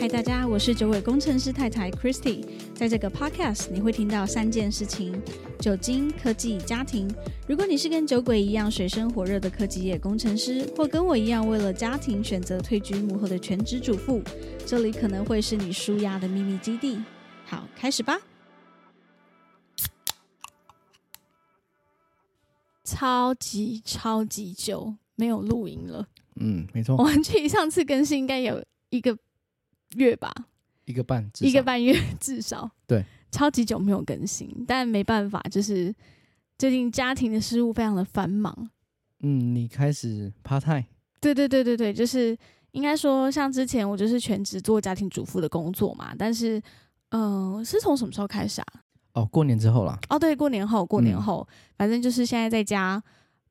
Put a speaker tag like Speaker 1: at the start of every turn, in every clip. Speaker 1: 嗨，大家，我是九尾工程师太太 Christy。在这个 podcast，你会听到三件事情：酒精、科技、家庭。如果你是跟酒鬼一样水深火热的科技业工程师，或跟我一样为了家庭选择退居幕后的全职主妇，这里可能会是你舒压的秘密基地。好，开始吧。
Speaker 2: 超级超级久没有录音了。
Speaker 3: 嗯，没错
Speaker 2: 我，们距离上次更新应该有一个月吧，
Speaker 3: 一个半，至
Speaker 2: 一个
Speaker 3: 少，
Speaker 2: 半月至少。
Speaker 3: 对，
Speaker 2: 超级久没有更新，但没办法，就是最近家庭的事务非常的繁忙。
Speaker 3: 嗯，你开始趴太，
Speaker 2: 对对对对对，就是应该说，像之前我就是全职做家庭主妇的工作嘛，但是，嗯、是从什么时候开始啊？
Speaker 3: 哦，过年之后啦，
Speaker 2: 哦，对，过年后，过年
Speaker 3: 嗯
Speaker 2: 后，反正就是现在在家，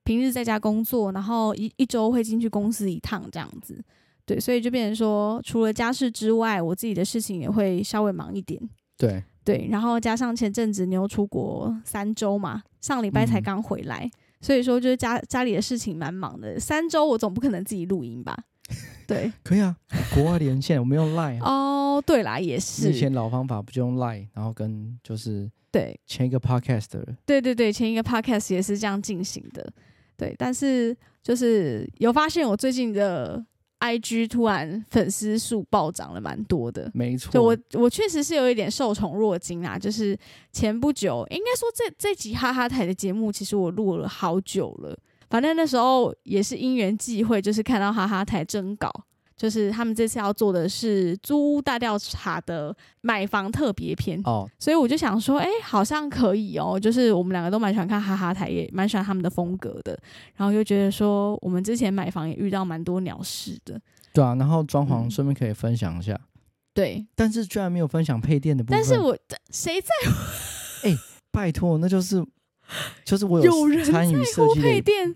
Speaker 2: 平日在家工作，然后一一周会进去公司一趟这样子。对，所以就变成说，除了家事之外，我自己的事情也会稍微忙一点。
Speaker 3: 对，
Speaker 2: 对，然后加上前阵子你又出国三周嘛，上礼拜才
Speaker 3: 嗯
Speaker 2: 刚回来，所以说就是家家里的事情蛮忙的。三周我总不可能自己录音吧？ 对，
Speaker 3: 可以啊，国外连线，我们用 Line 啊，
Speaker 2: 哦，对啦，也
Speaker 3: 你以
Speaker 2: 是
Speaker 3: 前，老方法不就用 Line，然后跟就是
Speaker 2: 对，
Speaker 3: 签一个 Podcast，
Speaker 2: 对对对，前一个 podcast 也是这样进行的，对。但是就是有发现，我最近的 IG 突然粉丝数暴涨了蛮多的。
Speaker 3: 没错，
Speaker 2: 就我，我确实是有一点受宠若惊啊！就是前不久，应该说这这集哈哈台的节目，其实我录了好久了。反正那时候也是因缘际会，就是看到哈哈台征稿，就是他们这次要做的是租屋大调查的买房特别篇。
Speaker 3: 哦，
Speaker 2: 所以我就想说，哎、好像可以哦。就是我们两个都蛮喜欢看哈哈台，也蛮喜欢他们的风格的。然后又觉得说，我们之前买房也遇到蛮多鸟事的，
Speaker 3: 对啊，然后装
Speaker 2: 嗯
Speaker 3: 潢顺便可以分享一下，
Speaker 2: 对。
Speaker 3: 但是居然没有分享配电的部分，
Speaker 2: 但是我谁在
Speaker 3: 拜托，那就是就是我
Speaker 2: 有人
Speaker 3: 参与设
Speaker 2: 乎
Speaker 3: 计
Speaker 2: 配
Speaker 3: 的，
Speaker 2: 电？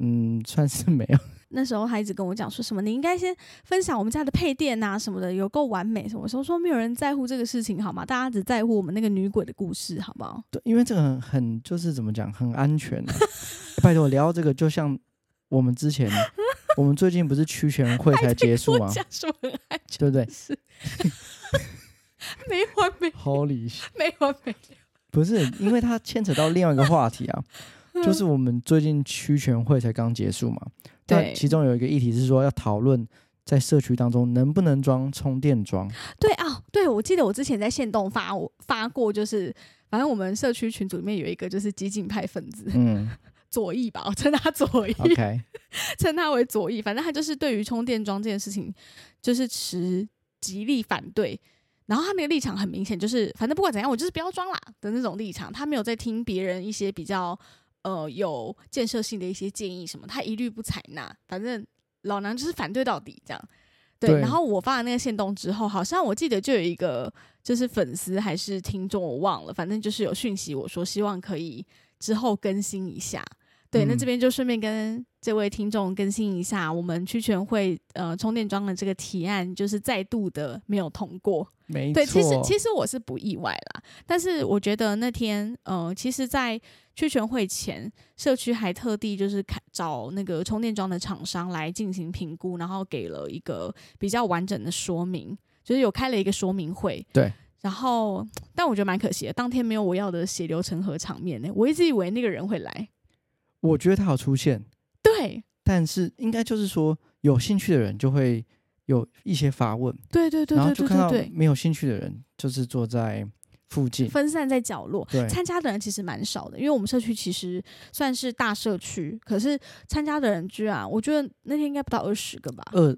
Speaker 3: 嗯，算是没有，
Speaker 2: 那时候他一直跟我讲说什么，你应该先分享我们家的配电啊什么的，有够完美什么。我说说没有人在乎这个事情好吗？大家只在乎我们那个女鬼的故事好不好？
Speaker 3: 对，因为这个很很就是怎么讲，很安全、啊。拜托，聊到这个就像我们之前，我们最近不是区全会才结束
Speaker 2: 我
Speaker 3: 吗？
Speaker 2: 讲说很安全，
Speaker 3: 对不对
Speaker 2: 是没完没
Speaker 3: ？Holy，shit
Speaker 2: 没完没了。
Speaker 3: 不是，因为它牵扯到另外一个话题 啊，
Speaker 2: 嗯
Speaker 3: 就是我们最近区全会才刚结束嘛。
Speaker 2: 对
Speaker 3: 那其中有一个议题是说要讨论在社区当中能不能装充电桩。
Speaker 2: 对啊、对，我记得我之前在线动发我发过，就是反正我们社区群组里面有一个就是激进派分子，
Speaker 3: 嗯
Speaker 2: 左翼吧，我称他左翼，
Speaker 3: ，OK，
Speaker 2: 称他为左翼，反正他就是对于充电桩这件事情就是持极力反对。然后他那个立场很明显，就是反正不管怎样，我就是不要装啦的那种立场。他没有在听别人一些比较呃有建设性的一些建议什么，他一律不采纳。反正老娘就是反对到底这样。对，
Speaker 3: 对
Speaker 2: 然后我发了那个线动之后，好像我记得就有一个就是粉丝还是听众，我忘了，反正就是有讯息我说希望可以之后更新一下。对，那
Speaker 3: 嗯
Speaker 2: 这边就顺便跟这位听众更新一下，我们区全会呃充电桩的这个提案，就是再度的没有通过。
Speaker 3: 没错。
Speaker 2: 对，其实其实我是不意外啦，但是我觉得那天呃，其实，在区全会前，社区还特地就是看找那个充电桩的厂商来进行评估，然后给了一个比较完整的说明，就是有开了一个说明会。
Speaker 3: 对。
Speaker 2: 然后，但我觉得蛮可惜的，当天没有我要的血流成河场面呢。我一直以为那个人会来，
Speaker 3: 我觉得它有出现，
Speaker 2: 对，
Speaker 3: 但是应该就是说，有兴趣的人就会有一些发问，
Speaker 2: 对对对
Speaker 3: 然后
Speaker 2: 对
Speaker 3: 就
Speaker 2: 对
Speaker 3: 看
Speaker 2: 对
Speaker 3: 到
Speaker 2: 对，
Speaker 3: 没有兴趣的人就是坐在附近。
Speaker 2: 分散在角落。
Speaker 3: 对，
Speaker 2: 参加的人其实蛮少的，因为我们社区其实算是大社区，可是参加的人居然，我觉得那天应该不到二十个吧。
Speaker 3: 二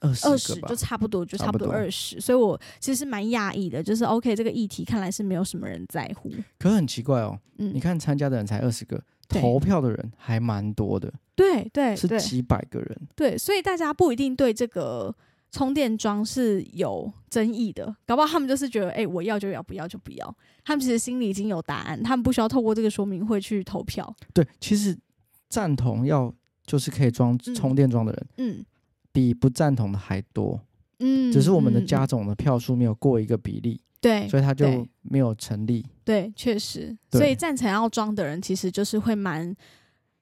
Speaker 3: 二
Speaker 2: 二
Speaker 3: 十
Speaker 2: 十
Speaker 3: 个吧
Speaker 2: 就，差不多，就
Speaker 3: 差
Speaker 2: 差不
Speaker 3: 不
Speaker 2: 多
Speaker 3: 多
Speaker 2: 二十，所以我其实蛮讶异的，就是 OK 这个议题看来是没有什么人在乎，
Speaker 3: 可很奇怪哦。
Speaker 2: 嗯，
Speaker 3: 你看参加的人才二十个，
Speaker 2: 对
Speaker 3: 投票的人还蛮多的，
Speaker 2: 对对
Speaker 3: 是
Speaker 2: 对
Speaker 3: 几百个人。
Speaker 2: 对，所以大家不一定对这个充电桩是有争议的，搞不好他们就是觉得，哎、我要就要，不要就不要，他们其实心里已经有答案，他们不需要透过这个说明会去投票，
Speaker 3: 对，其实赞同要就是可以装
Speaker 2: 嗯
Speaker 3: 充电桩的人，
Speaker 2: 嗯
Speaker 3: 比不赞同的还多。
Speaker 2: 嗯，
Speaker 3: 只是我们的
Speaker 2: 嗯嗯
Speaker 3: 家总的票数没有过一个比例，
Speaker 2: 对，
Speaker 3: 所以他就
Speaker 2: 对
Speaker 3: 没有成立。
Speaker 2: 对，确实，
Speaker 3: 对
Speaker 2: 所以赞成要装的人其实就是会蛮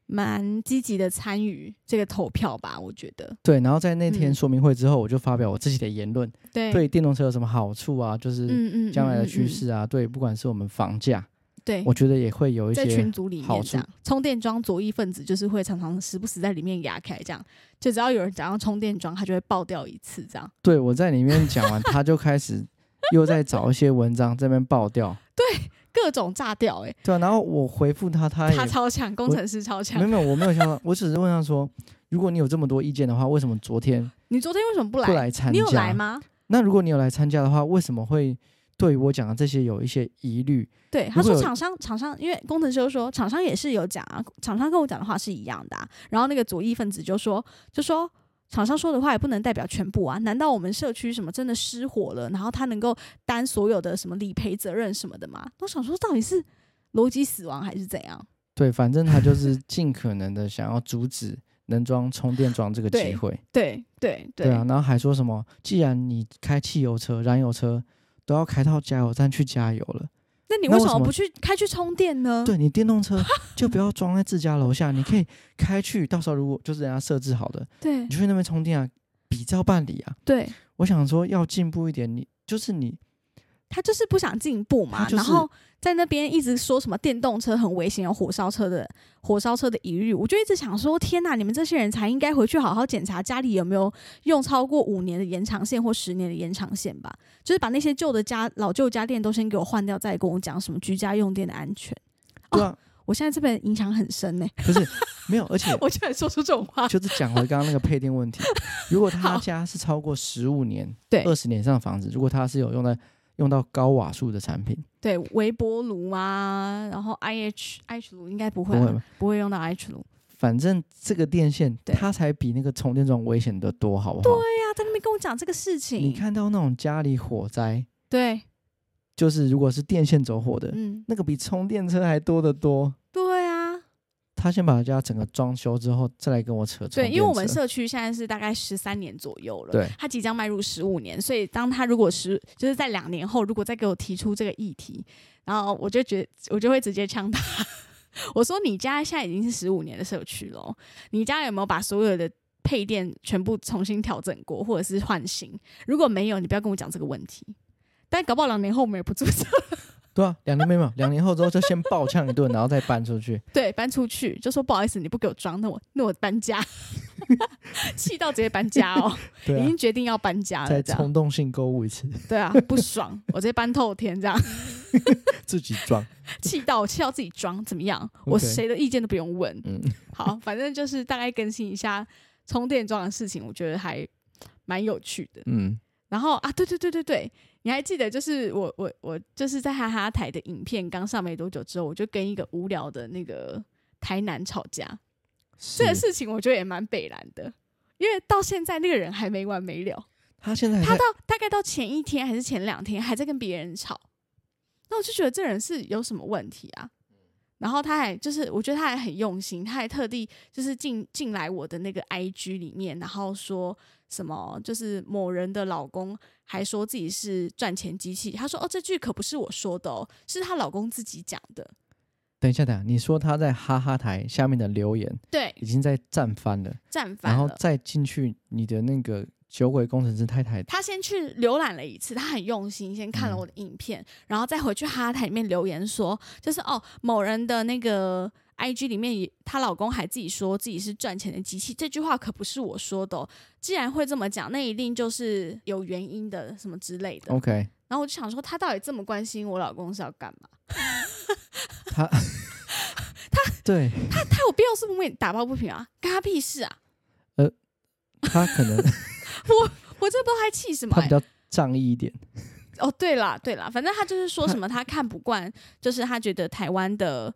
Speaker 2: 蛮积极的参与这个投票吧，我觉得。
Speaker 3: 对，然后在那天
Speaker 2: 嗯
Speaker 3: 说明会之后，我就发表我自己的言论，
Speaker 2: 对，
Speaker 3: 对电动车有什么好处啊？就是
Speaker 2: 嗯嗯，
Speaker 3: 将来的
Speaker 2: 嗯
Speaker 3: 趋，
Speaker 2: 嗯
Speaker 3: 势啊，对，不管是我们房价，
Speaker 2: 嗯对，
Speaker 3: 我觉得也会有一
Speaker 2: 在群
Speaker 3: 些。
Speaker 2: 组里面
Speaker 3: 好
Speaker 2: 这样，充电桩左翼分子就是会常常时不时在里面压开，这样就只要有人讲到充电桩，他就会爆掉一次这样。
Speaker 3: 对我在里面讲完，他就开始又在找一些文章这边爆掉，
Speaker 2: 各种炸掉、欸，
Speaker 3: 对啊，然后我回复他，他也
Speaker 2: 他超强，工程师超
Speaker 3: 哎没
Speaker 2: 强。
Speaker 3: 有没有，我没有想到，我只是问他说，如果你有这么多意见的话，为什么昨天
Speaker 2: 你昨天为什么不来？
Speaker 3: 不来参加？
Speaker 2: 你有来吗？
Speaker 3: 那如果你有来参加的话，为什么会对我讲的这些有一些疑虑？
Speaker 2: 对，他
Speaker 3: 如
Speaker 2: 说
Speaker 3: 果有
Speaker 2: 厂商厂商，因为工程师就说厂商也是有讲啊，厂商跟我讲的话是一样的、啊。然后那个左翼分子就说，就说厂商说的话也不能代表全部啊，难道我们社区什么真的失火了，然后他能够担所有的什么理赔责任什么的吗？我想说到底是逻辑死亡还是怎样？
Speaker 3: 对，反正他就是尽可能的想要阻止能装充电桩这个机
Speaker 2: 对
Speaker 3: 会，
Speaker 2: 对对对
Speaker 3: 对啊，然后还说什么，既然你开汽油车、燃油车都要开到加油站去加油了，
Speaker 2: 那你
Speaker 3: 那
Speaker 2: 为
Speaker 3: 为
Speaker 2: 什
Speaker 3: 什
Speaker 2: 么
Speaker 3: 么
Speaker 2: 不去开去充电呢？
Speaker 3: 对你电动 车就不要装在自家楼下，你可以开去，到时候如果就是人家设置好的，
Speaker 2: 对
Speaker 3: 你就去那边充电啊，比照办理啊。
Speaker 2: 对，
Speaker 3: 我想说要进步一点，你就是你
Speaker 2: 他就是不想进步嘛，
Speaker 3: 他就是
Speaker 2: 然后在那边一直说什么电动车很危险，有火烧车的火烧车的疑虑，我就一直想说，天呐，你们这些人才应该回去好好检查家里有没有用超过五年的延长线或十年的延长线吧，就是把那些旧的家老旧家电都先给我换掉，再跟我讲什么居家用电的安全。哦
Speaker 3: 对啊，
Speaker 2: 我现在这边影响很深呢、
Speaker 3: 不是没有，而且
Speaker 2: 我居然说出这种话，
Speaker 3: 就是讲回刚刚那个配电问 题，如果他
Speaker 2: 好
Speaker 3: 家是超过十五年、
Speaker 2: 对
Speaker 3: 二十年以上的房子，如果他是有用在用到高瓦数的产品，
Speaker 2: 对微波炉啊，然后 I H I H 炉应该不
Speaker 3: 不
Speaker 2: 会啊、
Speaker 3: 会吗？
Speaker 2: 不会用到 I H 炉。
Speaker 3: 反正这个电线
Speaker 2: 对
Speaker 3: 它才比那个充电桩危险的多，好不好？
Speaker 2: 对呀、在那边跟我讲这个事情，
Speaker 3: 你看到那种家里火灾，
Speaker 2: 对，
Speaker 3: 就是如果是电线走火的，
Speaker 2: 嗯，
Speaker 3: 那个比充电车还多得多。
Speaker 2: 对啊，
Speaker 3: 他先把他家整个装修之后，再来跟我扯充电
Speaker 2: 对，
Speaker 3: 车。
Speaker 2: 因为我们社区现在是大概十三年左右了，
Speaker 3: 对，
Speaker 2: 他即将迈入十五年，所以当他如果十就是在两年后，如果再给我提出这个议题，然后我就觉我就会直接呛他， 我说你家现在已经是十五年的社区了，你家有没有把所有的配电全部重新调整过，或者是换新？如果没有，你不要跟我讲这个问题。但搞不好两年后我们也不住这，
Speaker 3: 对啊，两年没有，两年后之后就先爆呛一顿，然后再搬出去。
Speaker 2: 对，搬出去就说不好意思，你不给我装，那我那我搬家， 气到直接搬家哦。
Speaker 3: 对
Speaker 2: 已
Speaker 3: 啊
Speaker 2: 经，决定要搬家了，
Speaker 3: 再
Speaker 2: 这样
Speaker 3: 冲动性购物一次，
Speaker 2: 对啊，不爽，我直接搬透天这样，
Speaker 3: 自己装。
Speaker 2: 气到气到自己装怎么样？我
Speaker 3: OK
Speaker 2: 谁的意见都不用问。
Speaker 3: 嗯，
Speaker 2: 好， 反正就是大概更新一下充电桩的事情，我觉得还蛮有趣的。
Speaker 3: 嗯，
Speaker 2: 然后啊，对对对对对，你还记得就是我我我就是在哈哈台的影片刚上没多久之后，我就跟一个无聊的那个台南吵架，这
Speaker 3: 嗯
Speaker 2: 个事情我觉得也蛮北蓝的，因为到现在那个人还没完没了。
Speaker 3: 他现在还
Speaker 2: 他
Speaker 3: 在
Speaker 2: 到大概到前一天还是前两天还在跟别人吵，那我就觉得这人是有什么问题啊？然后他还就是，我觉得他还很用心，他还特地就是进进来我的那个 IG 里面，然后说什么就是某人的老公还说自己是赚钱机器，他说哦这句可不是我说的哦，是她老公自己讲的。
Speaker 3: 等一下，等一下，你说他在哈哈台下面的留言
Speaker 2: 对，
Speaker 3: 已经在站翻了，
Speaker 2: 站反
Speaker 3: 然后
Speaker 2: 了。
Speaker 3: 再进去你的那个酒鬼工程师太太，
Speaker 2: 他先去浏览了一次，他很用心，先看了我的影片，然后再回去哈台里面留言说，就是哦，某人的那个 IG 里面也，她老公还自己说自己是赚钱的机器，这句话可不是我说的、哦。既然会这么讲，那一定就是有原因的，什么之类的。
Speaker 3: OK，
Speaker 2: 然后我就想说，他到底这么关心我老公是要干嘛？
Speaker 3: 他他 对
Speaker 2: 他有必要是不是为你打抱不平啊？干他屁事啊！
Speaker 3: 他可能
Speaker 2: 我真的不知道他在气什么、
Speaker 3: 他
Speaker 2: 欸
Speaker 3: 比。较仗义一点，
Speaker 2: 哦，对啦，对啦，反正他就是说什么他看不惯，就是他觉得台湾的。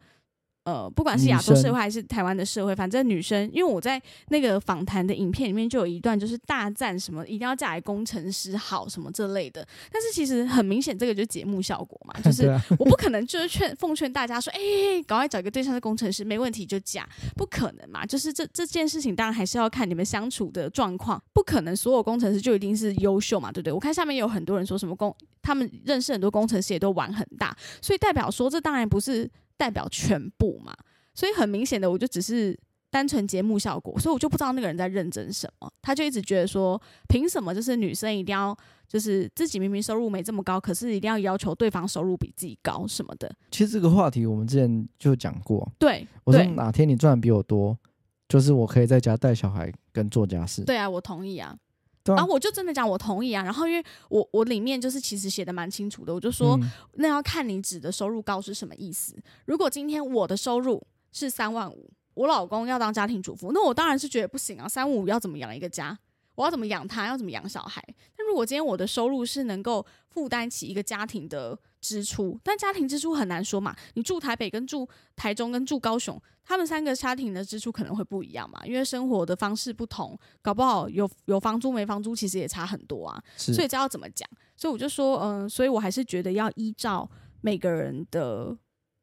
Speaker 2: 呃，不管是
Speaker 3: 女
Speaker 2: 亚洲社
Speaker 3: 生
Speaker 2: 会还是台湾的社会，反正女生，因为我在那个访谈的影片里面就有一段，就是大赞什么一定要嫁给工程师好什么这类的，但是其实很明显，这个就是节目效果嘛，就是
Speaker 3: 对啊，
Speaker 2: 我不可能就是劝奉劝大家说，哎、赶快找一个对象是工程师，没问题就嫁，不可能嘛。就是这这件事情，当然还是要看你们相处的状况，不可能所有工程师就一定是优秀嘛，对不对？我看下面有很多人说什么工，他们认识很多工程师也都玩很大，所以代表说这当然不是代表全部嘛。所以很明显的，我就只是单纯节目效果，所以我就不知道那个人在认真什么。他就一直觉得说，凭什么就是女生一定要就是自己明明收入没这么高，可是一定要要求对方收入比自己高什么的。
Speaker 3: 其实这个话题我们之前就讲过，
Speaker 2: 对，
Speaker 3: 我说
Speaker 2: 对
Speaker 3: 哪天你赚的比我多，就是我可以在家带小孩跟做家事。
Speaker 2: 对啊，我同意啊。
Speaker 3: 对
Speaker 2: 啊，我就真的讲我同意啊。然后因为我我里面就是其实写的蛮清楚的，我就说、
Speaker 3: 嗯
Speaker 2: 那要看你指的收入高是什么意思。如果今天我的收入是三万五，我老公要当家庭主妇，那我当然是觉得不行啊，三五要怎么养一个家？我要怎么养他？要怎么养小孩？但如果今天我的收入是能够负担起一个家庭的支出，但家庭支出很难说嘛。你住台北跟住台中跟住高雄，他们三个家庭的支出可能会不一样嘛，因为生活的方式不同，搞不好有有房租没房租其实也差很多啊。
Speaker 3: 是
Speaker 2: 所以这要怎么讲？所以我就说，嗯，所以我还是觉得要依照每个人的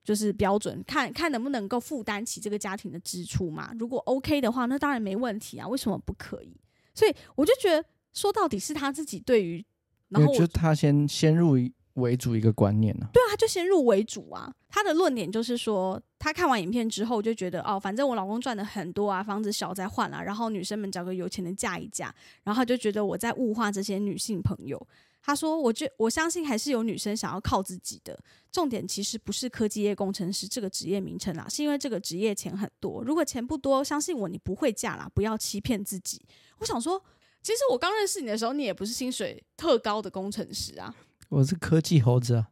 Speaker 2: 就是标准，看看能不能够负担起这个家庭的支出嘛。如果 OK 的话，那当然没问题啊，为什么不可以？所以我就觉得，说到底是他自己对于，然
Speaker 3: 因
Speaker 2: 后
Speaker 3: 为
Speaker 2: 我
Speaker 3: 就是他先先入为主一个观念呢、
Speaker 2: 对啊，他就先入为主啊。他的论点就是说，他看完影片之后就觉得，哦，反正我老公赚的很多啊，房子小再换啊，然后女生们找个有钱的嫁一嫁，然后他就觉得我在物化这些女性朋友。他说，我觉我相信还是有女生想要靠自己的。重点其实不是科技业工程师这个职业名称啦，是因为这个职业钱很多。如果钱不多，相信我，你不会嫁啦，不要欺骗自己。我想说。其实我刚认识你的时候，你也不是薪水特高的工程师啊。
Speaker 3: 我是科技猴子啊，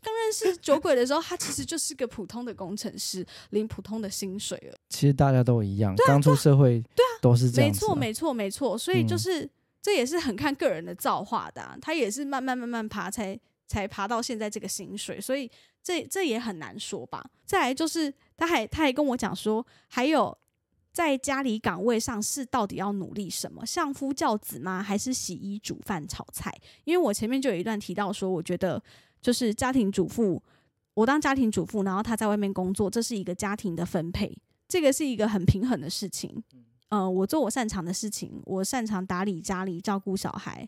Speaker 2: 但是酒鬼的时候，他其实就是个普通的工程师，领普通的薪水了。
Speaker 3: 其实大家都一样，刚出社会对啊，都是这
Speaker 2: 没
Speaker 3: 样子啊、
Speaker 2: 错，没错，没错。所以就
Speaker 3: 嗯
Speaker 2: 是、这也是很看个人的造化的啊、他也是慢慢慢慢爬才才爬到现在这个薪水，所以这这也很难说吧。再来就是他还他还跟我讲说，还有在家里岗位上是到底要努力什么？相夫教子吗？还是洗衣煮饭炒菜？因为我前面就有一段提到说，我觉得就是家庭主妇，我当家庭主妇，然后他在外面工作，这是一个家庭的分配，这个是一个很平衡的事情。呃，我做我擅长的事情，我擅长打理家里、照顾小孩，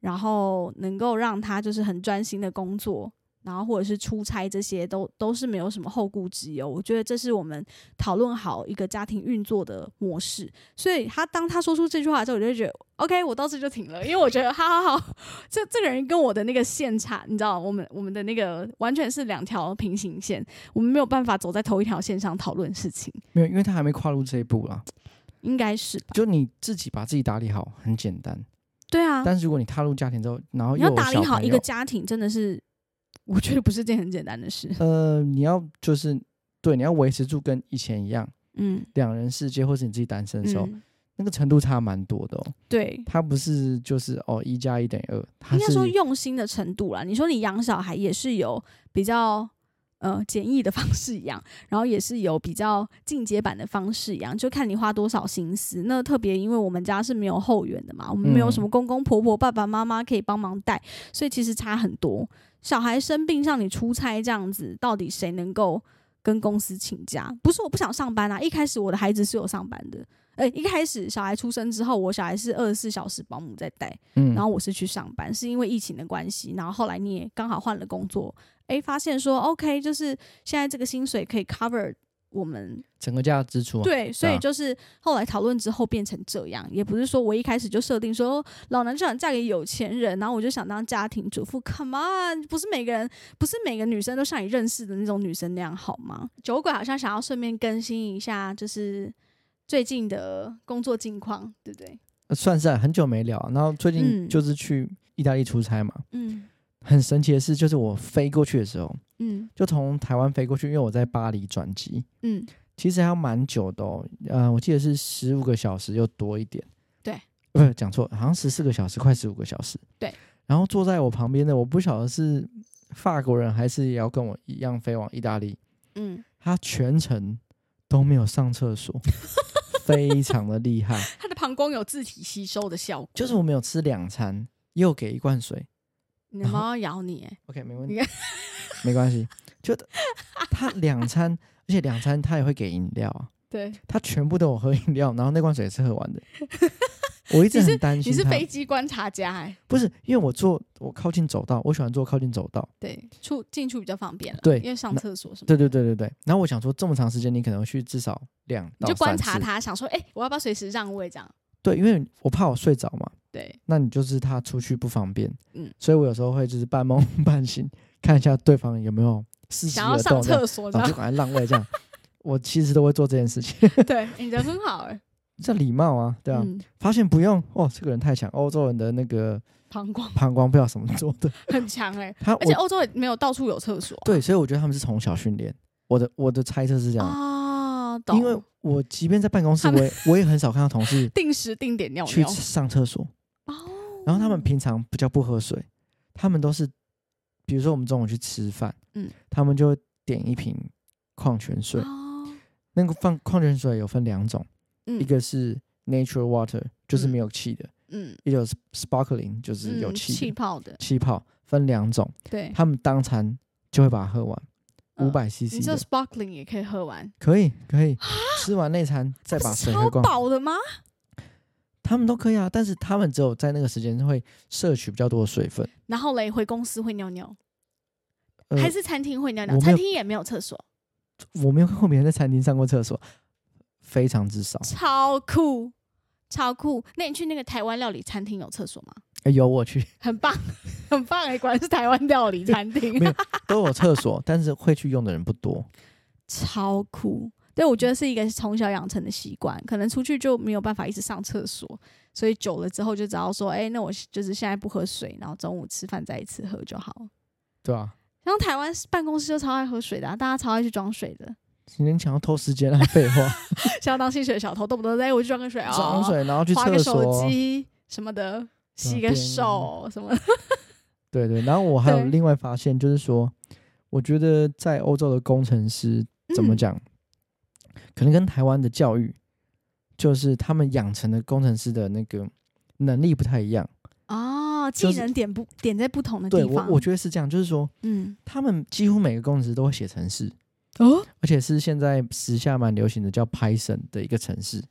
Speaker 2: 然后能够让他就是很专心的工作，然后或者是出差，这些都都是没有什么后顾之忧。我觉得这是我们讨论好一个家庭运作的模式。所以他当他说出这句话之后，我就觉得 OK，我到这就停了，因为我觉得好好好，这这个人跟我的那个线差，你知道，我们我们的那个完全是两条平行线，我们没有办法走在同一条线上讨论事情，
Speaker 3: 没有，因为他还没跨入这一步啦。
Speaker 2: 应该是吧？
Speaker 3: 就你自己把自己打理好很简单，
Speaker 2: 对啊，
Speaker 3: 但是如果你踏入家庭之后，然后
Speaker 2: 你
Speaker 3: 哦又
Speaker 2: 要
Speaker 3: 有
Speaker 2: 打理
Speaker 3: 小
Speaker 2: 好
Speaker 3: 朋
Speaker 2: 一个
Speaker 3: 友
Speaker 2: 家庭，真的是 我觉得不是件很简单的事。
Speaker 3: 呃，你要就是对，你要维持住跟以前一样
Speaker 2: 嗯，
Speaker 3: 两人世界，或是你自己单身的时候，
Speaker 2: 嗯
Speaker 3: 那个程度差蛮多的哦。
Speaker 2: 对，
Speaker 3: 它不是就是哦一加一等于二，它
Speaker 2: 应该
Speaker 3: 是
Speaker 2: 说用心的程度啦。你说你养小孩也是有比较呃简易的方式养，然后也是有比较进阶版的方式养，就看你花多少心思。那特别因为我们家是没有后援的嘛，我们没有什么
Speaker 3: 嗯
Speaker 2: 公公婆婆、爸爸妈妈可以帮忙带，所以其实差很多。小孩生病像你出差这样子，到底谁能够跟公司请假？不是我不想上班啊，一开始我的孩子是有上班的。呃，一开始小孩出生之后，我小孩是二十四小时保姆在带，
Speaker 3: 嗯，
Speaker 2: 然后我是去上班，是因为疫情的关系，然后后来你也刚好换了工作，诶，发现说 OK，就是现在这个薪水可以 cover 我们
Speaker 3: 整个家的支出啊、
Speaker 2: 对，所以
Speaker 3: 啊
Speaker 2: 就是后来讨论之后变成这样，也不是说我一开始就设定说哦老娘就想嫁给有钱人，然后我就想当家庭主妇。Come on，不是每个人，不是每个女生都像你认识的那种女生那样好吗？酒鬼好像想要顺便更新一下，就是最近的工作近况，对不对？
Speaker 3: 呃算是、啊、很久没聊啊、然后最近
Speaker 2: 嗯
Speaker 3: 就是去意大利出差嘛，
Speaker 2: 嗯
Speaker 3: 很神奇的是，就是我飞过去的时候，
Speaker 2: 嗯
Speaker 3: 就从台湾飞过去，因为我在巴黎转机，
Speaker 2: 嗯，
Speaker 3: 其实还要蛮久的哦，呃，我记得是十五个小时又多一点，
Speaker 2: 对，
Speaker 3: 不是讲错，好像十四个小时，快十五个小时，
Speaker 2: 对。
Speaker 3: 然后坐在我旁边的，我不晓得是法国人还是也要跟我一样飞往意大利，
Speaker 2: 嗯，
Speaker 3: 他全程都没有上 厕所，非常的厉害。
Speaker 2: 他的膀胱有自体吸收的效果，
Speaker 3: 就是我们有吃两餐，也有给一罐水
Speaker 2: 你的猫要咬你、欸，
Speaker 3: ，OK，没问题，没关系。就他两餐，而且两餐他也会给饮料啊，
Speaker 2: 对，
Speaker 3: 他全部都有喝饮料，然后那罐水也是喝完的。我一直
Speaker 2: 你
Speaker 3: 很担
Speaker 2: 你
Speaker 3: 心
Speaker 2: 是
Speaker 3: 它。
Speaker 2: 飞机观察家哎、
Speaker 3: 不是因为我坐我靠近走道，我喜欢坐靠近走道。
Speaker 2: 对，出进出比较方便了，
Speaker 3: 对
Speaker 2: 因为上
Speaker 3: 那
Speaker 2: 厕所什么，
Speaker 3: 对对，对对对。然后我想说，这么长时间你可能去至少两
Speaker 2: 你
Speaker 3: 到
Speaker 2: 就观
Speaker 3: 三
Speaker 2: 察
Speaker 3: 次。
Speaker 2: 他，想说，哎、我要不要随时让位这样？
Speaker 3: 对，因为我怕我睡着嘛，
Speaker 2: 对，
Speaker 3: 那你就是他出去不方便。
Speaker 2: 嗯
Speaker 3: 所以我有时候会就是半梦半醒，看一下对方有没有伺机
Speaker 2: 想要
Speaker 3: 而
Speaker 2: 上
Speaker 3: 动，这样
Speaker 2: 厕所这
Speaker 3: 然后就
Speaker 2: 样，
Speaker 3: 赶快让位这样。 我其实都会做这件事情，
Speaker 2: 对，你人很好哎、
Speaker 3: 这礼貌啊， 对啊。
Speaker 2: 嗯，
Speaker 3: 发现不用哦，这个人太强，欧洲人的那个
Speaker 2: 膀胱
Speaker 3: 膀胱不知道什么做的，
Speaker 2: 很强哎、
Speaker 3: 他
Speaker 2: 而且
Speaker 3: 我
Speaker 2: 欧洲也没有到处有厕所
Speaker 3: 对，所以我觉得他们是从小训练。我的我的猜测是这样，
Speaker 2: 啊，懂？
Speaker 3: 因为我即便在办公室，
Speaker 2: 他
Speaker 3: 我
Speaker 2: 们
Speaker 3: 也我也很少看到同 事
Speaker 2: 定时定点尿
Speaker 3: 去
Speaker 2: 尿
Speaker 3: 上厕所。
Speaker 2: 哦
Speaker 3: 然后他们平常比较不喝水，他们都是，比如说我们中午去吃饭，
Speaker 2: 嗯
Speaker 3: 他们就会点一瓶矿泉水。
Speaker 2: 哦
Speaker 3: 那个放矿泉水有分两种，
Speaker 2: 嗯
Speaker 3: 一个是 natural water，就是
Speaker 2: 嗯
Speaker 3: 没有气的；
Speaker 2: 嗯
Speaker 3: 一个是 sparkling，就是
Speaker 2: 嗯
Speaker 3: 有气
Speaker 2: 气
Speaker 3: 的
Speaker 2: 泡的，
Speaker 3: 气泡，分两种。
Speaker 2: 对，
Speaker 3: 他们当餐就会把它喝完，
Speaker 2: 嗯
Speaker 3: 五百
Speaker 2: 你
Speaker 3: CC
Speaker 2: 这
Speaker 3: 的，
Speaker 2: sparkling 也可以喝完，
Speaker 3: 可以可以，吃完那餐再把水喝
Speaker 2: 啊超
Speaker 3: 光，
Speaker 2: 饱的吗？
Speaker 3: 他们都可以啊，但是他们只有在那个时间会摄取比较多的水分，
Speaker 2: 然后嘞，回公司会尿尿，
Speaker 3: 呃
Speaker 2: 还是餐厅会尿尿？
Speaker 3: 我没
Speaker 2: 餐
Speaker 3: 有
Speaker 2: 厅也没有厕所，
Speaker 3: 我没有看过别人在餐厅上过厕所，非常之 少。
Speaker 2: 超酷，超酷。那你去那个台湾料理餐厅有厕所吗？
Speaker 3: 哎、有我去
Speaker 2: 很棒， 很棒哎、果然是台湾料理餐厅
Speaker 3: 没，有都有厕所，但是会去用的人不多。
Speaker 2: 超酷。对，我觉得是一个从小养成的习惯，可能出去就没有办法一直上厕所，所以久了之后就只要说，哎、那我就是现在不喝水，然后中午吃饭再一次喝就好了。
Speaker 3: 对啊，
Speaker 2: 像台湾办公室就超爱喝水的、啊，大家超爱去装水的，
Speaker 3: 你能想要偷时间啊？废话，
Speaker 2: 想要当薪水小偷，动不动哎、我去装个水啊、
Speaker 3: 装水然后去
Speaker 2: 划个
Speaker 3: 厕
Speaker 2: 手
Speaker 3: 所，
Speaker 2: 机什么的，洗
Speaker 3: 对啊
Speaker 2: 个手什么的，
Speaker 3: 对对。然后我还有
Speaker 2: 对
Speaker 3: 另外发现，就是说，我觉得在欧洲的工程师怎么
Speaker 2: 嗯？
Speaker 3: 讲，可能跟台湾的教育，就是他们养成的工程师的那个能力不太一样。
Speaker 2: 哦，技
Speaker 3: 就是
Speaker 2: 能点不点在不同的
Speaker 3: 对
Speaker 2: 地
Speaker 3: 我
Speaker 2: 方，，
Speaker 3: 我觉得是这样，就是说
Speaker 2: 嗯，
Speaker 3: 他们几乎每个工程师都会写程式，
Speaker 2: 哦
Speaker 3: 而且是现在时下蛮流行的叫 Python 的一个程式。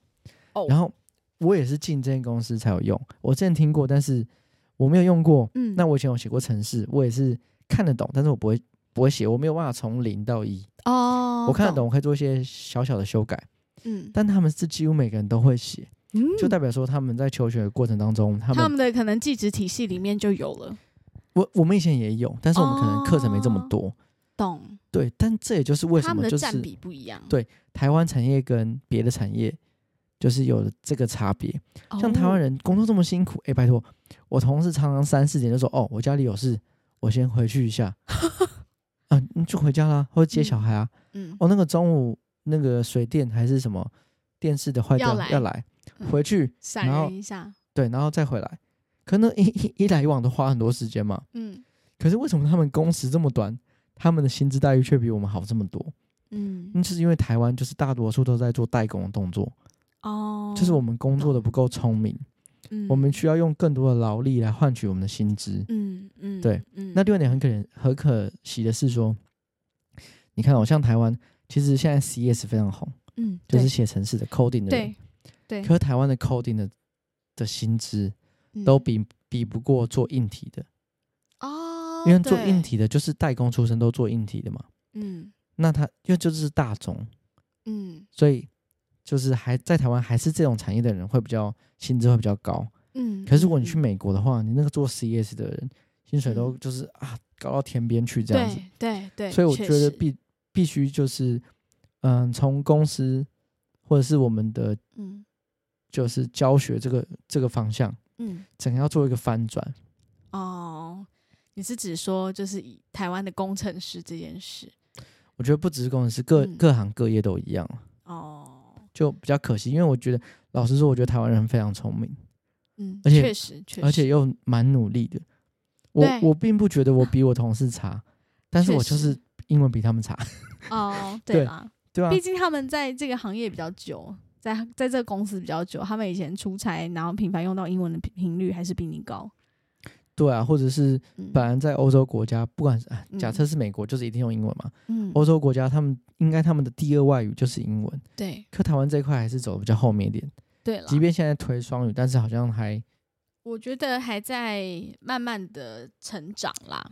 Speaker 2: 哦
Speaker 3: 然后我也是进这间公司才有用，我之前听过，但是我没有用过。
Speaker 2: 嗯，
Speaker 3: 那我以前有写过程式，我也是看得懂，但是我不会不会写，我没有办法从零到一。
Speaker 2: 哦，
Speaker 3: 我看得懂，我可以做一些小小的修改，
Speaker 2: 嗯，
Speaker 3: 但他们是几乎每个人都会写。
Speaker 2: 嗯，
Speaker 3: 就代表说他们在求学的过程当中，他
Speaker 2: 他
Speaker 3: 们
Speaker 2: 们的可能技职体系里面就有了，
Speaker 3: 我我们以前也有，但是我们可能课程没这么多。
Speaker 2: 懂？
Speaker 3: 对，但这也就是为
Speaker 2: 哦他
Speaker 3: 什
Speaker 2: 们
Speaker 3: 么就
Speaker 2: 的
Speaker 3: 是
Speaker 2: 占比不一样，
Speaker 3: 对台湾产业跟别的产业就是有了这个差别。像台湾
Speaker 2: 人
Speaker 3: 人工作这么辛苦，哎、拜托，我同事常常三四点就说：“哦，我家里有事，我先回去 一下。”啊，你就回家啦，或者接
Speaker 2: 嗯
Speaker 3: 小孩啊。
Speaker 2: 嗯，
Speaker 3: 哦，那个中午那个水电还是什么电视的坏掉
Speaker 2: 要来
Speaker 3: 要来，
Speaker 2: 嗯
Speaker 3: 回去
Speaker 2: 闪
Speaker 3: 然后
Speaker 2: 人一下，
Speaker 3: 对，然后再回来。可能一一一来一往都花很多时间嘛。
Speaker 2: 嗯
Speaker 3: 可是为什么他们工时这么短，他们的薪资待遇却比我们好这么多？
Speaker 2: 嗯
Speaker 3: 那就是因为台湾就是大多数都在做代工的动作，
Speaker 2: 哦，
Speaker 3: 就是我们工作的不够聪明，
Speaker 2: 嗯
Speaker 3: 我们需要用更多的劳力来换取我们的薪资。
Speaker 2: 嗯嗯
Speaker 3: 对，
Speaker 2: 嗯
Speaker 3: 那另外一点很可怜、很可惜的是说，你看哦，像台湾其实现在 CS 非常红，
Speaker 2: 嗯
Speaker 3: 就是
Speaker 2: 对
Speaker 3: 写程式的 coding 的人，
Speaker 2: 对对
Speaker 3: 可是台湾的 coding 的的薪资
Speaker 2: 嗯
Speaker 3: 都比比不过做硬体的，
Speaker 2: 哦，
Speaker 3: 因为做
Speaker 2: 对
Speaker 3: 硬体的就是代工出身都做硬体的嘛，
Speaker 2: 嗯
Speaker 3: 那他因为就是大众，
Speaker 2: 嗯
Speaker 3: 所以就是还在台湾还是这种产业的人会比较薪资会比较高。
Speaker 2: 嗯，
Speaker 3: 可是如果
Speaker 2: 嗯
Speaker 3: 你去美国的话，你那个做 CS 的人薪水都
Speaker 2: 嗯
Speaker 3: 就是、啊高到天边去这样子，
Speaker 2: 对对对，
Speaker 3: 所以我
Speaker 2: 确
Speaker 3: 觉得
Speaker 2: 实
Speaker 3: 必必须就是嗯，从公司或者是我们的
Speaker 2: 嗯
Speaker 3: 就是教学这个这个方向，
Speaker 2: 嗯
Speaker 3: 整个要做一个翻转。
Speaker 2: 哦，你是指说就是以台湾的工程师这件事
Speaker 3: 我觉得不只是工程师，各、
Speaker 2: 嗯
Speaker 3: 各行各业都一样啊，
Speaker 2: 哦，
Speaker 3: 就比较可惜。因为我觉得，老实说，我觉得台湾人非常聪明，
Speaker 2: 嗯，
Speaker 3: 而且
Speaker 2: 确实确实，
Speaker 3: 而且又蛮努力的。我
Speaker 2: 对
Speaker 3: 我并不觉得我比我同 事差，但是
Speaker 2: 确
Speaker 3: 我就
Speaker 2: 实
Speaker 3: 是英文比他们差，
Speaker 2: 哦，
Speaker 3: 对
Speaker 2: 对啦，
Speaker 3: 对啊
Speaker 2: 毕，竟他们在这个行业比较久，在在这个公司比较久，他们以前出差然后频繁用到英文的频频率还是比你高。
Speaker 3: 对啊，或者是
Speaker 2: 嗯
Speaker 3: 本来在欧洲国家，不管是哎
Speaker 2: 嗯
Speaker 3: 假设是美国，就是一定用英文嘛。
Speaker 2: 嗯，
Speaker 3: 欧洲国家他们应该他们的第二外语就是英文，
Speaker 2: 对
Speaker 3: 可台湾这一块还是走的比较后面一点，
Speaker 2: 对啊了，
Speaker 3: 即便现在推双语，但是好像还
Speaker 2: 我觉得还在慢慢的成长啦，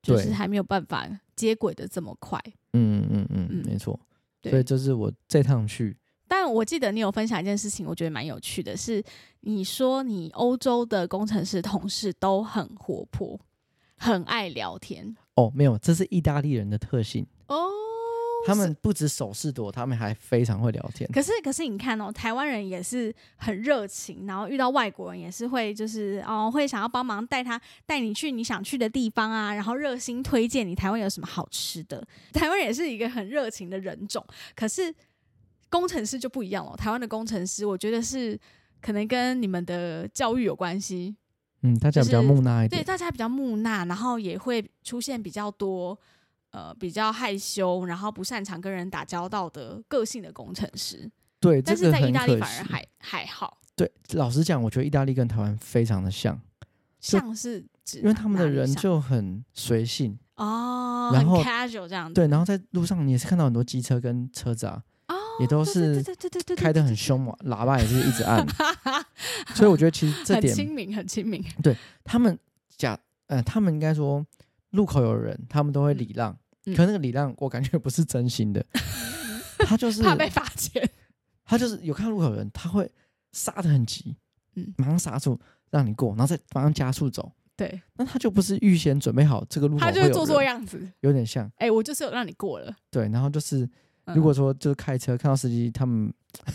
Speaker 2: 就是
Speaker 3: 对
Speaker 2: 还没有办法接轨的这么快。
Speaker 3: 嗯嗯嗯
Speaker 2: 嗯，
Speaker 3: 没错。
Speaker 2: 对
Speaker 3: 所以这是我这趟去，
Speaker 2: 但我记得你有分享一件事情，我觉得蛮有趣的是，你说你欧洲的工程师同事都很活泼，很爱聊天
Speaker 3: 哦，没有，这是意大利人的特性，
Speaker 2: 哦。
Speaker 3: 他们不止手势多，他们还非常会聊天。
Speaker 2: 可是，可是你看哦，台湾人也是很热情，然后遇到外国人也是会就是哦，会想要帮忙带他带你去你想去的地方啊，然后热心推荐你台湾有什么好吃的。台湾人也是一个很热情的人种，可是工程师就不一样了。台湾的工程师，我觉得是可能跟你们的教育有关系，
Speaker 3: 嗯，大家比较
Speaker 2: 就是
Speaker 3: 木讷一
Speaker 2: 对
Speaker 3: 点，
Speaker 2: 大家比较木讷，然后也会出现比较多。呃，比较害羞，然后不擅长跟人打交道的个性的工程师，
Speaker 3: 对，
Speaker 2: 但
Speaker 3: 这
Speaker 2: 是
Speaker 3: 个
Speaker 2: 在意
Speaker 3: 很
Speaker 2: 大利
Speaker 3: 可
Speaker 2: 反而
Speaker 3: 惜。
Speaker 2: 还还好，
Speaker 3: 对，老实讲，我觉得意大利跟台湾非常的像，就
Speaker 2: 像是指
Speaker 3: 因为他们的
Speaker 2: 哪里
Speaker 3: 人
Speaker 2: 像
Speaker 3: 就很随性，
Speaker 2: 哦，
Speaker 3: 然后
Speaker 2: 很 casual 这样子，
Speaker 3: 对，然后在路上你也是看到很多机车跟车子啊，
Speaker 2: 哦，
Speaker 3: 也都
Speaker 2: 对对
Speaker 3: 是
Speaker 2: 对对对对，
Speaker 3: 开
Speaker 2: 的，
Speaker 3: 得很凶嘛，喇叭也是一直按
Speaker 2: 很
Speaker 3: 所以我觉得其实这点
Speaker 2: 亲民，很亲民，
Speaker 3: 他们假呃，他们应该说路口有人，他们都会
Speaker 2: 嗯
Speaker 3: 礼让，
Speaker 2: 嗯
Speaker 3: 可那个礼让我感觉不是真心的，他就是
Speaker 2: 怕被罚钱。
Speaker 3: 他就是有看到路口有人，他会刹得很急，
Speaker 2: 嗯
Speaker 3: 马上刹住让你过，然后再马上加速走，
Speaker 2: 对，
Speaker 3: 那他就不是预先准备好这个路口
Speaker 2: 他就
Speaker 3: 会
Speaker 2: 是
Speaker 3: 有
Speaker 2: 做做
Speaker 3: 人
Speaker 2: 样子，
Speaker 3: 有点像
Speaker 2: 哎，我就是有让你过了。
Speaker 3: 对，然后就是
Speaker 2: 嗯
Speaker 3: 如果说就是开车看到司机他们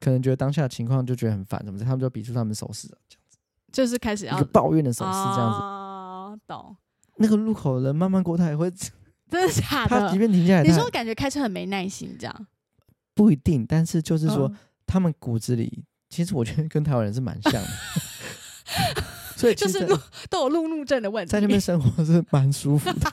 Speaker 3: 可能觉得当下的情况就觉得很烦什么的，他们就比出他们手势，
Speaker 2: 就是开始
Speaker 3: 一
Speaker 2: 要
Speaker 3: 个抱怨的手势这样子，
Speaker 2: 哦，懂，
Speaker 3: 那个路口的人慢慢过，他也会，
Speaker 2: 真的假
Speaker 3: 他
Speaker 2: 的
Speaker 3: 即？便停下来，
Speaker 2: 啊你
Speaker 3: 他
Speaker 2: 说感觉开车很没耐心这样，
Speaker 3: 不一定，但是就是说。
Speaker 2: 嗯
Speaker 3: 他们骨子里，其实我觉得跟台湾人是蛮像的， 所以其
Speaker 2: 就是
Speaker 3: 实在
Speaker 2: 路都有路怒症的问题，
Speaker 3: 在那边生活是蛮舒服 的。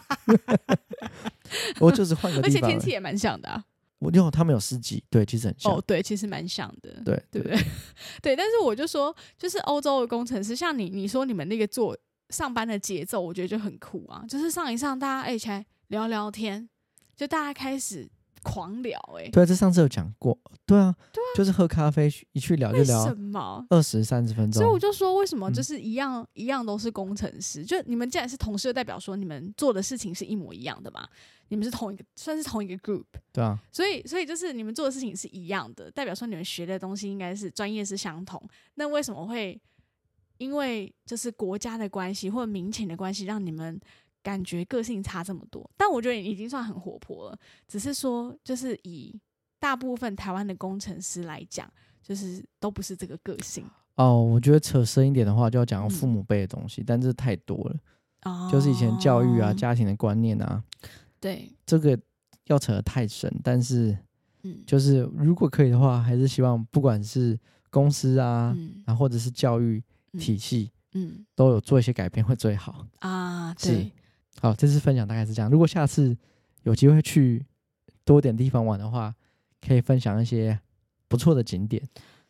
Speaker 3: 我就是换个
Speaker 2: 而
Speaker 3: 地
Speaker 2: 且
Speaker 3: 方
Speaker 2: 天
Speaker 3: 而
Speaker 2: 气
Speaker 3: 已，
Speaker 2: 也蛮像的啊。
Speaker 3: 我因为他们有司机，对，其实很像，
Speaker 2: 哦，对，其实蛮像的。
Speaker 3: 对
Speaker 2: 对不对？ 对，但是我就说，就是欧洲的工程师，像你，你说你们那个做上班的节奏，我觉得就很酷啊，就是上一上，大家哎、起来聊聊天，就大家开始狂聊、哎，
Speaker 3: 对，这上次有讲过，对啊，就是喝咖啡去一去聊就
Speaker 2: 为什
Speaker 3: 聊
Speaker 2: 么？
Speaker 3: 二十三十分
Speaker 2: 所以我
Speaker 3: 钟，
Speaker 2: 就说，为什么
Speaker 3: 嗯
Speaker 2: 就是一样、一样都是工程师，就你们既然是同事，就代表说你们做的事情是一模一样的嘛？你们是同一个，算是同一个 group，
Speaker 3: 对啊，
Speaker 2: 所以，所以就是你们做的事情是一样的，代表说你们学的东西应该是专业是相同。那为什么会因为就是国家的关系或者民情的关系，让你们感觉个性差这么多？但我觉得你已经算很活泼了，只是说就是以大部分台湾的工程师来讲，就是都不是这个个性
Speaker 3: 哦，我觉得扯深一点的话，就要讲到
Speaker 2: 嗯
Speaker 3: 父母辈的东西，但这太多了，
Speaker 2: 哦
Speaker 3: 就是以前教育啊、家庭的观念啊，
Speaker 2: 对，
Speaker 3: 这个要扯得太深，但是。
Speaker 2: 嗯，
Speaker 3: 就是如果可以的话，还是希望不管是公司啊，
Speaker 2: 嗯
Speaker 3: 然后或者是教育
Speaker 2: 嗯
Speaker 3: 体系，
Speaker 2: 嗯
Speaker 3: 都有做一些改变会最好。
Speaker 2: 啊，
Speaker 3: 是
Speaker 2: 对，
Speaker 3: 好，这次分享大概是这样。如果下次有机会去多点地方玩的话，可以分享一些不错的景点。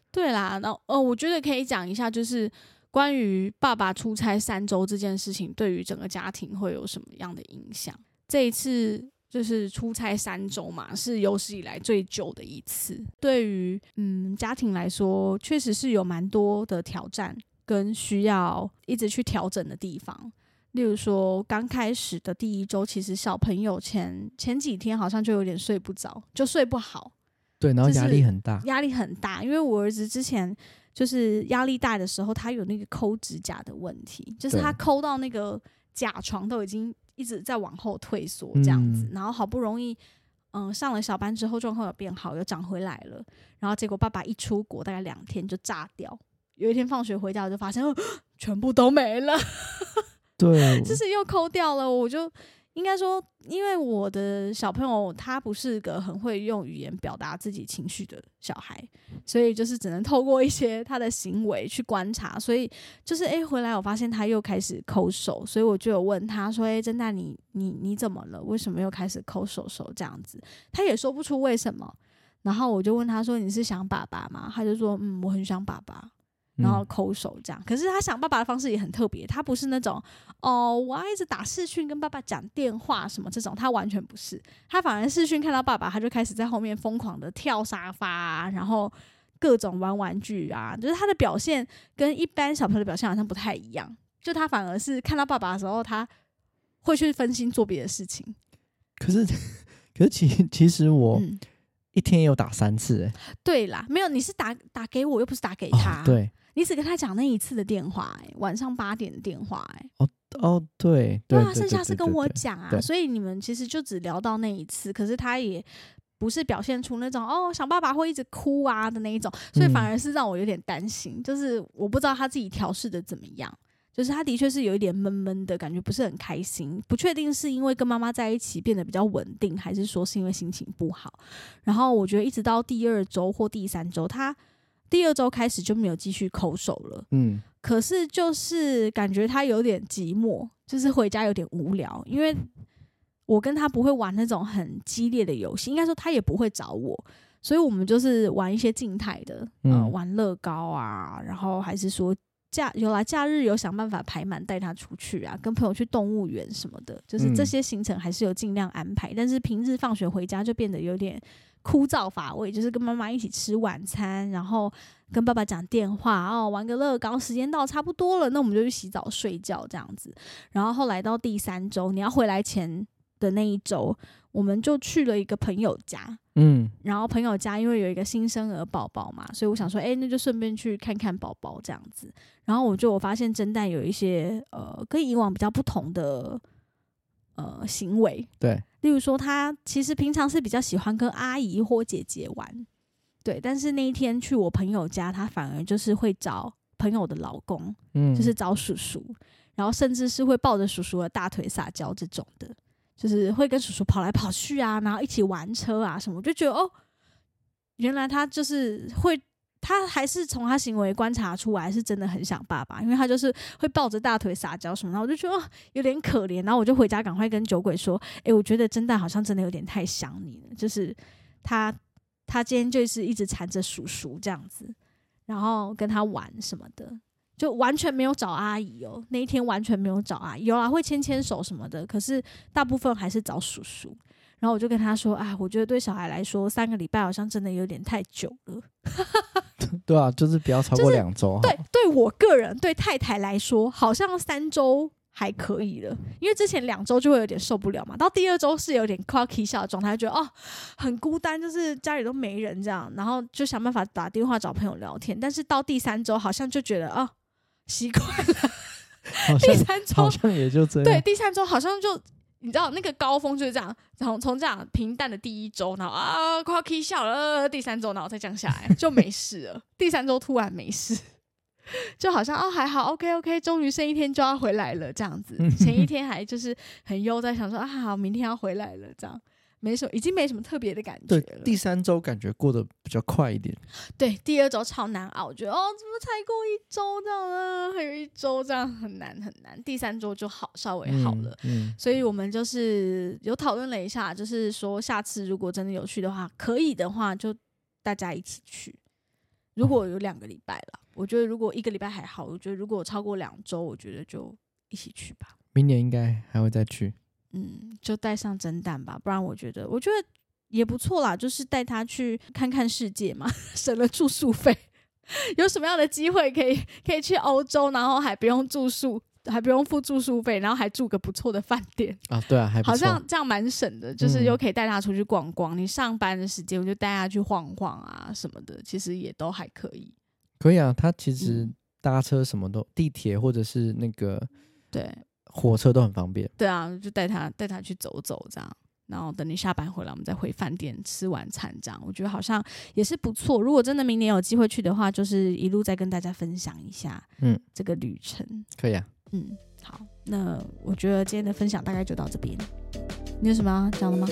Speaker 2: 对啦，那呃，我觉得可以讲一下，就是关于爸爸出差三周这件事情，对于整个家庭会有什么样的影响？这一次就是出差三周嘛，是有史以来最久的一次。对于嗯家庭来说，确实是有蛮多的挑战跟需要一直去调整的地方。例如说，刚开始的第一周，其实小朋友前前几天好像就有点睡不着，就睡不好。
Speaker 3: 对，然后
Speaker 2: 就是
Speaker 3: 压力很大，
Speaker 2: 压力很大，因为我儿子之前就是压力大的时候，他有那个抠指甲的问题，就是
Speaker 3: 对
Speaker 2: 他抠到那个甲床都已经一直在往后退缩这样子，
Speaker 3: 嗯
Speaker 2: 然后好不容易。嗯，上了小班之后状况有变好，又长回来了。然后结果爸爸一出国，大概两天就炸掉。有一天放学回家，我就发现，哦全部都没了。
Speaker 3: 对，
Speaker 2: 就是又抠掉了，我就应该说，因为我的小朋友他不是个很会用语言表达自己情绪的小孩，所以就是只能透过一些他的行为去观察。所以就是诶、回来我发现他又开始抠手，所以我就有问他说：“诶、郑大你你你怎么了？为什么又开始抠手手这样子？”他也说不出为什么。然后我就问他说：“你是想爸爸吗？”他就说：“嗯，我很想爸爸。”然后
Speaker 3: 嗯
Speaker 2: 抠手这样。可是他想爸爸的方式也很特别，他不是那种哦，我要一直打视讯跟爸爸讲电话什么这种，他完全不是。他反而视讯看到爸爸，他就开始在后面疯狂的跳沙发啊、然后各种玩玩具啊，就是他的表现跟一般小朋友的表现好像不太一样，就他反而是看到爸爸的时候，他会去分心做别的事情。
Speaker 3: 可是 可是其其实我
Speaker 2: 嗯，
Speaker 3: 一天也有打三次、欸，
Speaker 2: 对啦，没有，你是打打给我，又不是打给他，
Speaker 3: 哦，对，
Speaker 2: 你只跟他讲那一次的电话、欸，晚上八点的电话、欸，
Speaker 3: 哦，对，对，
Speaker 2: 啊，
Speaker 3: 对
Speaker 2: 剩
Speaker 3: 对
Speaker 2: 下
Speaker 3: 对
Speaker 2: 是
Speaker 3: 对
Speaker 2: 跟我
Speaker 3: 对
Speaker 2: 讲啊，
Speaker 3: 对
Speaker 2: 所以你们其实就只聊到那一次，可是他也不是表现出那种哦想爸爸会一直哭啊的那一种，所以反
Speaker 3: 嗯
Speaker 2: 而是让我有点担心，就是我不知道他自己调试的怎么样。就是他的确是有一点闷闷的感觉，不是很开心，不确定是因为跟妈妈在一起变得比较稳定，还是说是因为心情不好。然后我觉得一直到第二周或第三周，他第二周开始就没有继续抠手了。
Speaker 3: 嗯，
Speaker 2: 可是就是感觉他有点寂寞，就是回家有点无聊，因为我跟他不会玩那种很激烈的游戏，应该说他也不会找我，所以我们就是玩一些静态的，呃，
Speaker 3: 嗯
Speaker 2: 玩乐高啊，然后还是说假有啦，假日有想办法排满带他出去啊，跟朋友去动物园什么的，就是这
Speaker 3: 嗯
Speaker 2: 些行程还是有尽量安排，但是平日放学回家就变得有点枯燥乏味，就是跟妈妈一起吃晚餐，然后跟爸爸讲电话哦，玩个乐高，时间到差不多了，那我们就去洗澡睡觉这样子。然后后来到第三周，你要回来前的那一周，我们就去了一个朋友家，
Speaker 3: 嗯，
Speaker 2: 然后朋友家因为有一个新生儿宝宝嘛，所以我想说，哎、那就顺便去看看宝宝这样子。然后我就我发现蒸蛋有一些呃跟以往比较不同的呃行为，
Speaker 3: 对，
Speaker 2: 例如说他其实平常是比较喜欢跟阿姨或姐姐玩，对，但是那一天去我朋友家，他反而就是会找朋友的老公，
Speaker 3: 嗯，
Speaker 2: 就是找叔叔，然后甚至是会抱着叔叔的大腿撒娇这种的，就是会跟叔叔跑来跑去啊，然后一起玩车啊什么，我就觉得哦，原来他就是会。他还是从他行为观察出来，是真的很想爸爸，因为他就是会抱着大腿撒娇什么，然后我就觉得、哦、有点可怜，然后我就回家赶快跟酒鬼说，诶、我觉得真蛋好像真的有点太想你了，就是他他今天就是一直缠着叔叔这样子，然后跟他玩什么的，就完全没有找阿姨哦，那一天完全没有找阿姨，有啦会牵牵手什么的，可是大部分还是找叔叔。然后我就跟他说：“啊，我觉得对小孩来说，三个礼拜好像真的有点太久了。
Speaker 3: 对啊，就是不要超
Speaker 2: 就
Speaker 3: 过
Speaker 2: 是
Speaker 3: 两周好了，
Speaker 2: 对，对我个人，对太太来说，好像三周还可以了，因为之前两周就会有点受不了嘛，到第二周是有点快要起笑的状态，就觉得哦很孤单，就是家里都没人这样，然后就想办法打电话找朋友聊天。但是到第三周，好像就觉得哦习惯了，
Speaker 3: 好
Speaker 2: 第
Speaker 3: 像
Speaker 2: 三周
Speaker 3: 好像也就这
Speaker 4: 对，
Speaker 3: 样，
Speaker 4: 第三周好像就你知道那个高峰就是这样，从从这样平淡的第一周，然后啊快要 k 笑了，呃第三周然后再降下来就没事了，第三周突然没事。 就好像哦还好，OK OK，终于剩一天就要回来了这样子。
Speaker 3: 嗯
Speaker 4: 前一天还就是很悠哉，想说啊好，明天要回来了这样，没什么，已经没什么特别的感觉
Speaker 3: 对
Speaker 4: 了。
Speaker 3: 第三周感觉过得比较快一点，
Speaker 4: 对，第二周超难熬，我觉得哦，怎么才过一周这样呢？还有一周这样很难很难。第三周就好稍微好了，
Speaker 3: 嗯，嗯，
Speaker 4: 所以我们就是有讨论了一下，就是说下次如果真的有去的话，可以的话就大家一起去。如果有两个礼拜了，我觉得如果一个礼拜还好，我觉得如果超过两周，我觉得就一起去吧。
Speaker 3: 明年应该还会再去，
Speaker 2: 嗯，就带上蒸蛋吧，不然我觉得，我觉得也不错啦，就是带他去看看世界 嘛，省了住宿费。
Speaker 4: 有什么样的机会可以可以去欧洲，然后还不用住宿，还不用付住宿费，然后还住个不错的饭店？
Speaker 3: 啊，对啊，还不
Speaker 4: 好
Speaker 3: 错
Speaker 4: 像这样蛮省的，就是
Speaker 3: 嗯
Speaker 4: 又可以带他出去逛逛。你上班的时间，我就带他去晃晃啊什么的，其实也都还可以。
Speaker 3: 可以啊，它其实
Speaker 4: 嗯
Speaker 3: 搭车什么都，地铁或者是那个
Speaker 4: 对
Speaker 3: 火车都很方便，
Speaker 4: 对啊，就带他带他去走走这样，然后等你下班回来，我们再回饭店吃晚餐这样。我觉得好像也是不错。如果真的明年有机会去的话，就是一路再跟大家分享一下，
Speaker 3: 嗯，
Speaker 4: 这个旅程。
Speaker 3: 可以啊，
Speaker 4: 嗯，
Speaker 2: 好，那我觉得今天的分享大概就到这边。你有什么要讲的吗？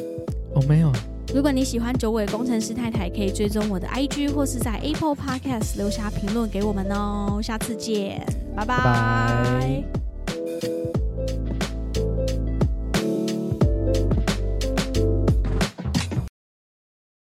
Speaker 3: 哦，没有，
Speaker 2: 如果你喜欢九尾工程师太太，可以追踪我的 IG 或是在 Apple Podcast 留下评论给我们哦。下次见，拜
Speaker 3: 拜拜